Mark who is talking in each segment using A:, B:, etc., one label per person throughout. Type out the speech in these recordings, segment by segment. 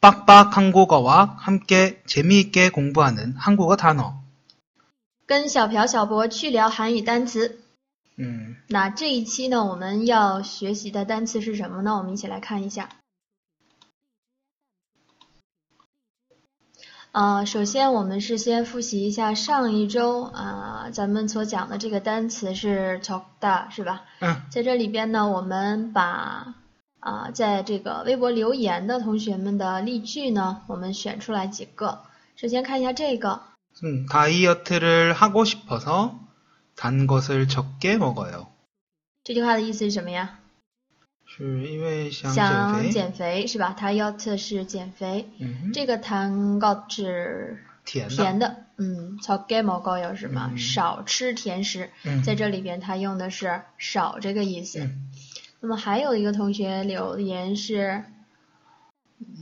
A: 빡빡 한국어와 함께 재미있게 공부하는 한국어 단어.
B: 跟小朴小博去聊韩语单词。
A: 음,
B: 那这一期呢，我们要学习的单词是什么呢？我们一起来看一下。呃，首先我们是先复习一下上一周啊、咱们所讲的这个单词是 talk da 是吧？
A: 응,
B: 在这里边呢，我们把啊、在这个微博留言的同学们的例句呢，我们选出来几个。首先看一下这个，
A: 음, 다이어트를 하고 싶어서 단 것을 적게 먹어요.
B: 这句话的意思是什么呀？想
A: 是因为想减肥，
B: 减肥是吧？他要测试减肥，
A: 嗯，
B: 这个糖糕是甜的，嗯，叫 game 高油是吗？
A: 嗯
B: 少吃甜食，在这里边它用的是少这个意思。
A: 嗯
B: 那么还有一个同学留言是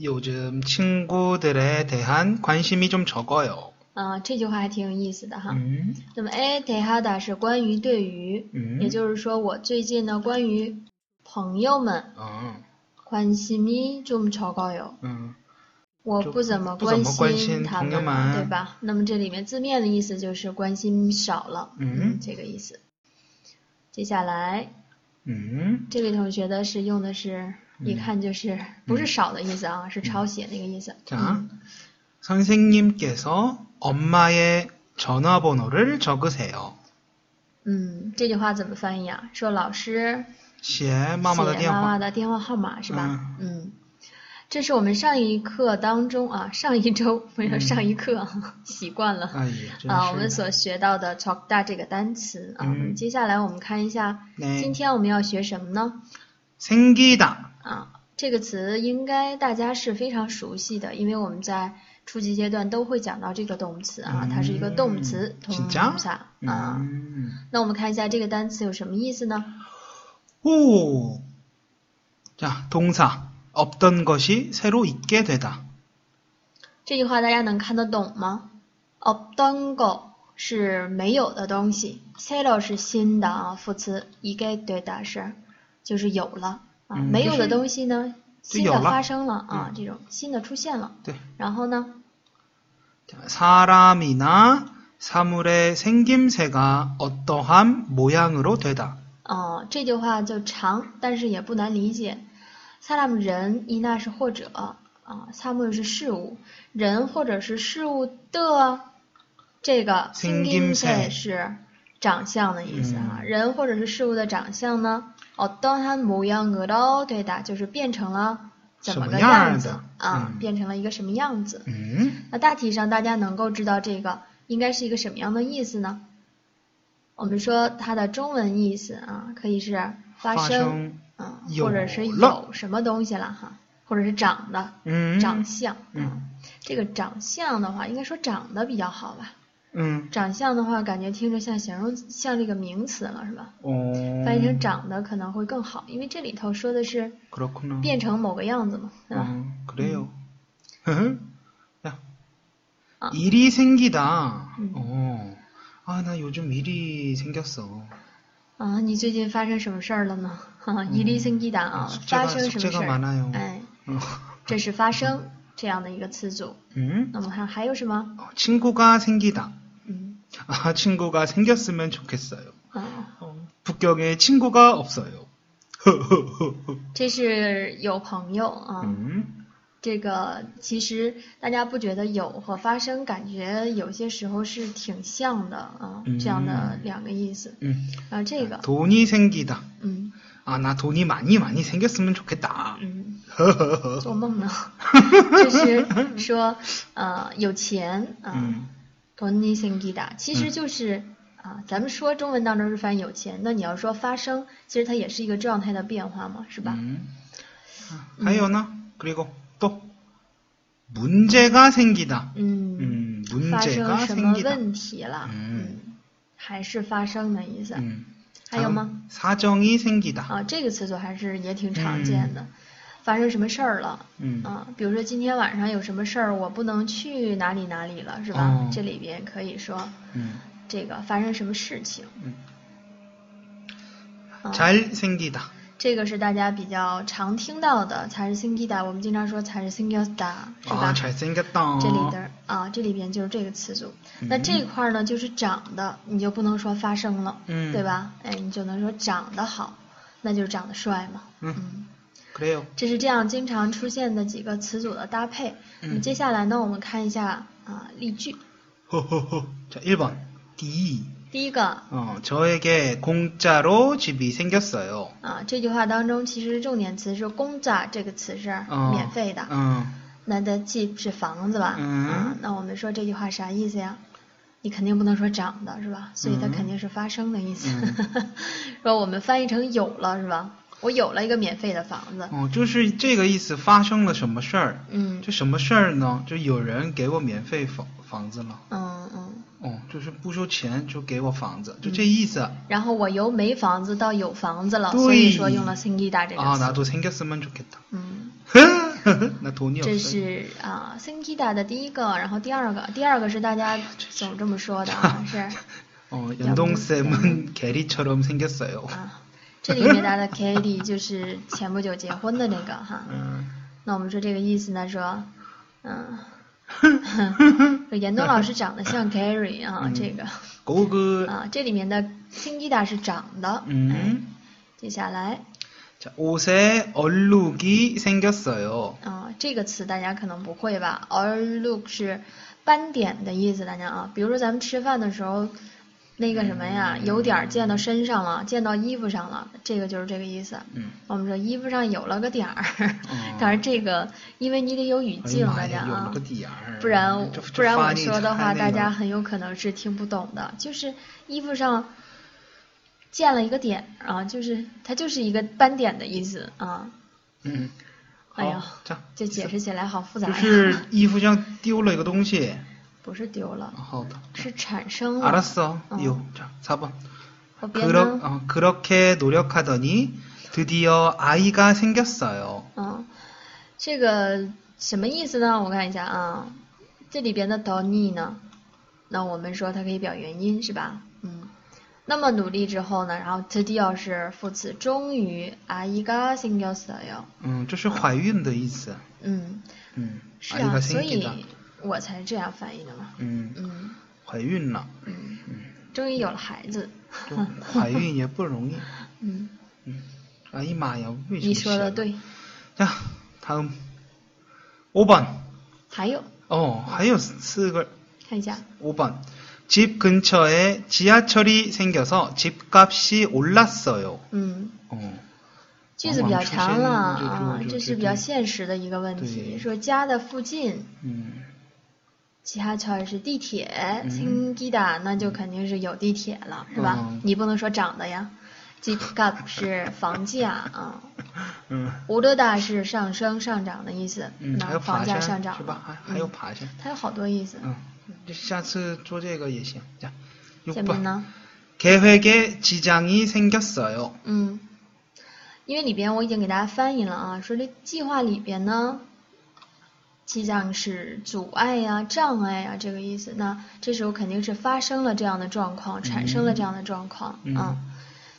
A: 요즘 친구들에 대한 관심이 좀 적어요.
B: 啊、这句话还挺有意思的哈。
A: 음,
B: 那么 a t e h a d a 是关于对于，
A: 음,
B: 也就是说我最近呢关于朋友们
A: 어,
B: 关心咪좀적어요。
A: 음,
B: 我
A: 就
B: 不怎么
A: 不怎么关
B: 心
A: 心
B: 他
A: 朋友
B: 们了，
A: 们
B: 对吧？那么这里面字面的意思就是关心少了，
A: 嗯
B: 这个意思。接下来
A: 음,
B: 这位同学的是用的是，
A: 嗯
B: 一看就是不是少的意思啊，是抄写那个意思。
A: 자
B: 嗯，
A: 선생님께서 엄마의 전화번호를 적으세요.
B: 嗯，这句话怎么翻译啊？说老师
A: 写妈
B: 写
A: 妈的电
B: 妈妈
A: 话。
B: 的电话号码是吧？嗯，这是我们上一课当中啊，上一周没有
A: 嗯
B: 上一课，啊 习惯了。
A: 哎呀，真
B: 啊，
A: 是
B: 我们
A: 的
B: 所学到的 talk da 这个单词啊，
A: 嗯
B: 那么接下来我们看一下，
A: 네
B: 今天我们要学什么呢？
A: 생기다.
B: 啊，这个词应该大家是非常熟悉的，因为我们在初级阶段都会讲到这个动词啊，它是一个动词，
A: 음,
B: 同
A: 진짜?
B: 啥啊？
A: 嗯 음.
B: 那我们看一下这个单词有什么意思呢？
A: 오. 자, 동사. 없던 것이 새로 있게 되다.
B: 这句话大家能看得懂吗 o b d o n g o 是没有的东西 s e l o 是新的啊，副词 i g e 对的是就是有了啊，
A: 嗯
B: 没
A: 就
B: 有的
A: 是
B: 东西呢，
A: 就
B: 新
A: 有
B: 的
A: 了嗯
B: 发生了啊，这种新的出现了。
A: 네.
B: 然后呢，
A: 자, 사람이나 사물의 생김새가 어떠한 모양으로 되다.
B: 呃，这句话就长，但是也不难理解。萨拉姆人伊娜是或者啊，萨姆是事物，人或者是事物的这个
A: 생김새
B: 是长相的意思啊，
A: 嗯
B: 人或者是事物的长相呢，哦，当它模样俄到对的，就是变成了怎么
A: 什
B: 个
A: 么样儿
B: 样子
A: 的
B: 啊，
A: 嗯
B: 变成了一个什么样子？
A: 음.
B: 那大体上大家能够知道这个应该是一个什么样的意思呢？我们说它的中文意思啊，可以是发生，嗯，
A: 有
B: 或者是
A: 了
B: 有什么东西了哈，或者是长的
A: 음.
B: 长相，啊
A: 嗯，
B: 这个长相的话，应该说长得比较好吧？
A: 음.
B: 长相的话，感觉听着像形容像这个名词了，是吧？
A: 어.
B: 翻译成长得可能会更好，因为这里头说的是
A: 그렇구나.
B: 变成某个样子嘛，对吧？
A: 어, 그래요. 야,
B: 음. 아.
A: 일이 생기다.
B: 음.
A: 어. 아, 나 요즘 일이 생겼어.
B: 啊，你最近发生什么事儿了呢？啊，
A: 嗯
B: 一粒生鸡蛋啊，
A: 嗯
B: 发生什么
A: 这
B: 事
A: 个
B: 儿
A: 蛮难哟？
B: 哎，
A: 어.
B: 这是发生这样的一个词组。
A: 음?
B: 那么看还有什么？
A: 어, 친구가 생기다.
B: 嗯，
A: 아, 친구가 생겼으면 좋겠어요.
B: 啊，
A: 어, 북경에 친구가 없어요.
B: 这是有朋友啊。
A: 음?
B: 这个其实大家不觉得有和发生，感觉有些时候是挺像的啊，这样的
A: 嗯
B: 两个意思。
A: 음.
B: 然后这个，
A: 돈이 생기다.
B: 嗯
A: 아, 나 돈이 많이 많이 생겼으면 좋겠다.
B: 嗯，做梦呢，就是说呃有钱啊。
A: 음.
B: 돈이생기다，其实就是、啊，咱们说中文当中是翻译有钱，那你要说发生，其实它也是一个状态的变化嘛，是吧？
A: 음. 아, 하여나
B: 음.
A: 그리고 또 문제가 생기다.
B: 嗯，
A: 음,
B: 发
A: 문제가
B: 生什么
A: 생기다. 음,
B: 问题了？
A: 嗯
B: 还是发生的意思。
A: 음.
B: 还有
A: 다음,
B: 吗？
A: 사정이 생기다.
B: 啊，这个词组还是也挺常见的，发生什么事儿了？
A: 음.
B: 啊，比如说今天晚上有什么事儿，我不能去哪里哪里了，是吧？
A: 哦
B: 这里边可以说
A: 음.
B: 这个发生什么事情。
A: 음.
B: 어.
A: 잘 생기다. 아,
B: 啊这个是大家比较常听到的，才是 s i n g i d a 我们经常说才是 s i n g i d a 是吧？
A: 아 잘생겼다.
B: 这里的啊，这里边就是这个词组。
A: 嗯
B: 那这一块儿呢，就是长得，你就不能说发生了，
A: 嗯
B: 对吧？哎，你就能说长得好，那就是长得帅嘛。
A: 嗯
B: 嗯，
A: 그래요.
B: 这是这样经常出现的几个词组的搭配。那么
A: 嗯
B: 接下来呢，我们看一下啊例句。
A: 호호호. 자, 1번. D.
B: 第一个
A: 어, 저에게 공짜로 집이 생겼어요.
B: 啊，这句话当中其实重点词是“公价”这个词是
A: 어,
B: 免费的，
A: 어,
B: 那的 j 是房子吧？
A: 哦嗯
B: 啊，那我们说这句话啥意思呀？你肯定不能说长的是吧？所以它肯
A: 嗯
B: 定是发生的意思。 说我们翻译成有了是吧？我有了一个免费的房子。
A: 어, 就是这个意思发生了什么事儿。
B: 嗯
A: 这什么事儿呢？就有人给我免费房房子了，
B: 嗯嗯。
A: 哦，就是不收钱就给我房子，就这意思。啊，
B: 然后我由没房子到有房子了，
A: 对哦
B: 所以说用了 singida 这个词。
A: 아, 나도 생겼으면 좋겠다.
B: 嗯，
A: 나 돈이
B: 这
A: 없어.
B: 是啊 singida 的第一个，然后第二个，第二个是大家总这么说的啊，是。
A: 어, 연동쌤은 게리처럼 생겼어요.
B: 啊，这里面答的 Katie 就是前不久结婚的那个哈。
A: 음,
B: 那我们说这个意思呢，说，嗯，说严冬老师长得像 Gary 啊，这个
A: 고그.
B: 啊，这里面的 Tingida 是长的。
A: 嗯
B: 哎
A: 음.
B: 接下来
A: 자, 옷에 얼룩이 생겼어요.
B: 啊，这个词大家可能不会吧？Overlook 是斑点的意思，大家啊，比如说咱们吃饭的时候。那个什么呀，
A: 嗯
B: 有点儿溅到身上了，溅到衣服上了，这个就是这个意思。
A: 음.
B: 我们说衣服上有了个点儿，
A: 哦
B: 当然这个因为你得有
A: 哎
B: 语境，大家
A: 얼마야, 아.
B: 啊
A: 요거 ， DR.
B: 不然
A: 这这
B: 不然我
A: 发你
B: 说的
A: 太
B: 话，
A: 那
B: 大家
A: 个
B: 很有可能是听不懂的。就是衣服上见了一个点啊，就是它就是一个斑点的意思啊。
A: 음.
B: 哎呀
A: 好这样，
B: 这解释起来好复杂
A: 就
B: 呀，
A: 是衣服上丢了一个东西。
B: 不是丢了，
A: 好的，
B: 是产生了。
A: 어, 알았어.
B: 어.
A: 이요. 자, 4번.
B: 我别
A: 그러,
B: 呢？
A: 어, 그렇게 노력하더니 드디어 아이가 생겼어요.
B: 嗯，这个什么意思呢？我看一下啊，这里边的 d o n y 呢，那我们说它可以表原因是吧？嗯，那么努力之后呢，然后 t d i 是副词，终于아이가생겼어요。
A: 嗯，这是怀孕的意思。
B: 嗯，
A: 嗯，
B: 是
A: 아이가
B: 啊，所
A: 생기
B: 以
A: 다 음,
B: 我才这样翻译的嘛。
A: 嗯，
B: 嗯
A: 怀孕了，
B: 嗯，
A: 음,
B: 终于有了孩子。
A: 就怀 孕也不容易。
B: 嗯，
A: 음, 哎呀妈呀，为什么？
B: 你说的。对。
A: 자다음5번
B: 还有
A: 어하여쓰글
B: 看一下，
A: 5번 집 근처에 지하철이 생겨서 집값이 올랐어요.
B: 嗯，
A: 어.
B: 句子比较长了
A: 往
B: 啊
A: 往出现这种，就就
B: 这
A: 是
B: 比较现实的一个问题。
A: 对
B: 说家的附近，
A: 음.
B: 其他圈儿是地铁，
A: 嗯
B: 新吉达那就肯定是有地铁了，是吧？
A: 嗯
B: 你不能说涨 的呀。집 값 是房价啊，
A: 음.
B: 오르다是上升、上涨的意思，
A: 음.
B: 那
A: 하여
B: 房价上
A: 파샤.
B: 涨
A: 봐.
B: 了
A: 하-
B: 嗯
A: 하여 파샤.
B: 它有好多意思。
A: 응. 下次做这个也行.자
B: 下面
A: 6번
B: 呢，
A: 계획에 지장이 생겼어요.
B: 嗯，因为里边我已经给大家翻译了啊，说这计划里边呢，际上是阻碍呀、障碍呀、这个意思。那这时候肯定是发生了这样的状况，产生了这样的状况、
A: 嗯
B: 啊，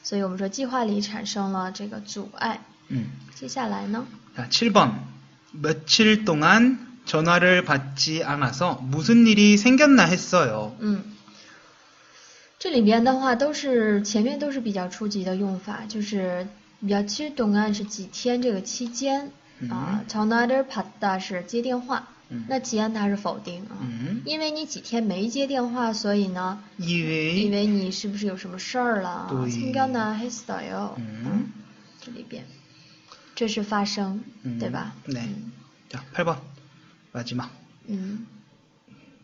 B: 所以我们说计划里产生了这个阻碍。
A: 음.
B: 接下来呢，
A: 자 7번 며칠 동안 전화를 받지 않아서 무슨 일이 생겼나 했어요.
B: 嗯，这里边的话都是前面都是比较初级的用法，就是比较其实懂案是几天这个期间
A: 嗯
B: 啊，朝那点帕达是接电话，那吉安它是否定啊，
A: 음.
B: 因为你几天没接电话，所以呢，
A: 이외에
B: 以为你是不是有什么事儿了？
A: 对
B: 생겨나했어요。
A: 嗯
B: 啊这里边这是发生，
A: 음,
B: 对吧？
A: 네. 자, 8번. 마지막.
B: 嗯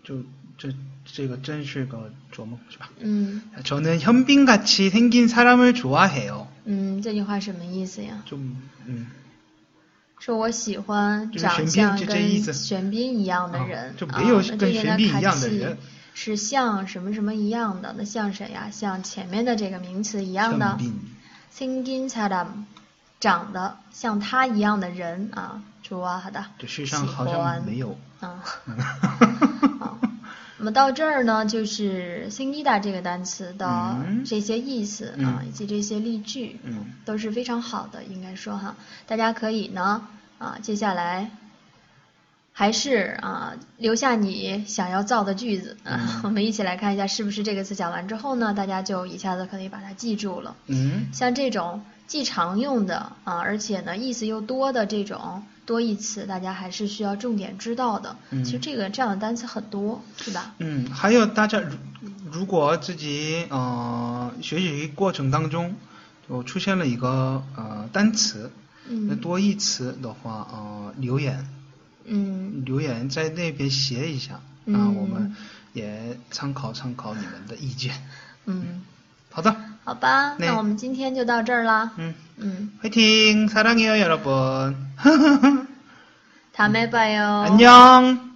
A: 저, 저, 这个真是个琢磨,是吧?
B: 嗯
A: 저는 현빈같이 생긴 사람을 좋아해요.
B: 嗯，这句话什么意思呀？
A: 좀, 음.
B: 说我喜欢
A: 就是
B: 长
A: 玄彬
B: 相
A: 这这意思
B: 跟玄彬一样的人
A: 啊，就
B: 啊
A: 没有
B: 那
A: 跟
B: 这个
A: 玄
B: 呢
A: 彬一
B: 卡
A: 样的
B: 契
A: 人
B: 是像什么什么一样的，那像谁呀、像前面的这个名词一样的
A: 현빈.
B: s i n g i n g 사람，长得像他一样的人啊，좋아하다，
A: 这 世
B: 喜
A: 上好像
B: 欢
A: 没有。
B: 啊
A: 嗯
B: 啊，那么到这儿呢，就是“ n i d a 这个单词的
A: 嗯
B: 这些意思、
A: 嗯
B: 啊，以及这些例句，
A: 嗯
B: 都是非常好的，应该说哈，大家可以呢啊，接下来还是啊留下你想要造的句子、啊，
A: 嗯
B: 我们一起来看一下是不是这个词讲完之后呢，大家就一下子可以把它记住了。
A: 嗯
B: 像这种既常用的啊，而且呢意思又多的这种多义词，大家还是需要重点知道的。
A: 嗯
B: 其实这个这样的单词很多，是吧？
A: 嗯，还有大家如如果自己呃学习过程当中就出现了一个呃单词，那
B: 嗯
A: 多义词的话，呃留言
B: 嗯
A: 留言在那边写一下啊、
B: 嗯
A: 我们也参考参考你们的意见。
B: 嗯，
A: 好的，
B: 好吧，
A: 那
B: 那我们今天就到这儿啦。
A: 嗯，
B: 嗯，
A: 화이팅 사랑해요 여러분.
B: 다음에 봐요.
A: 안녕.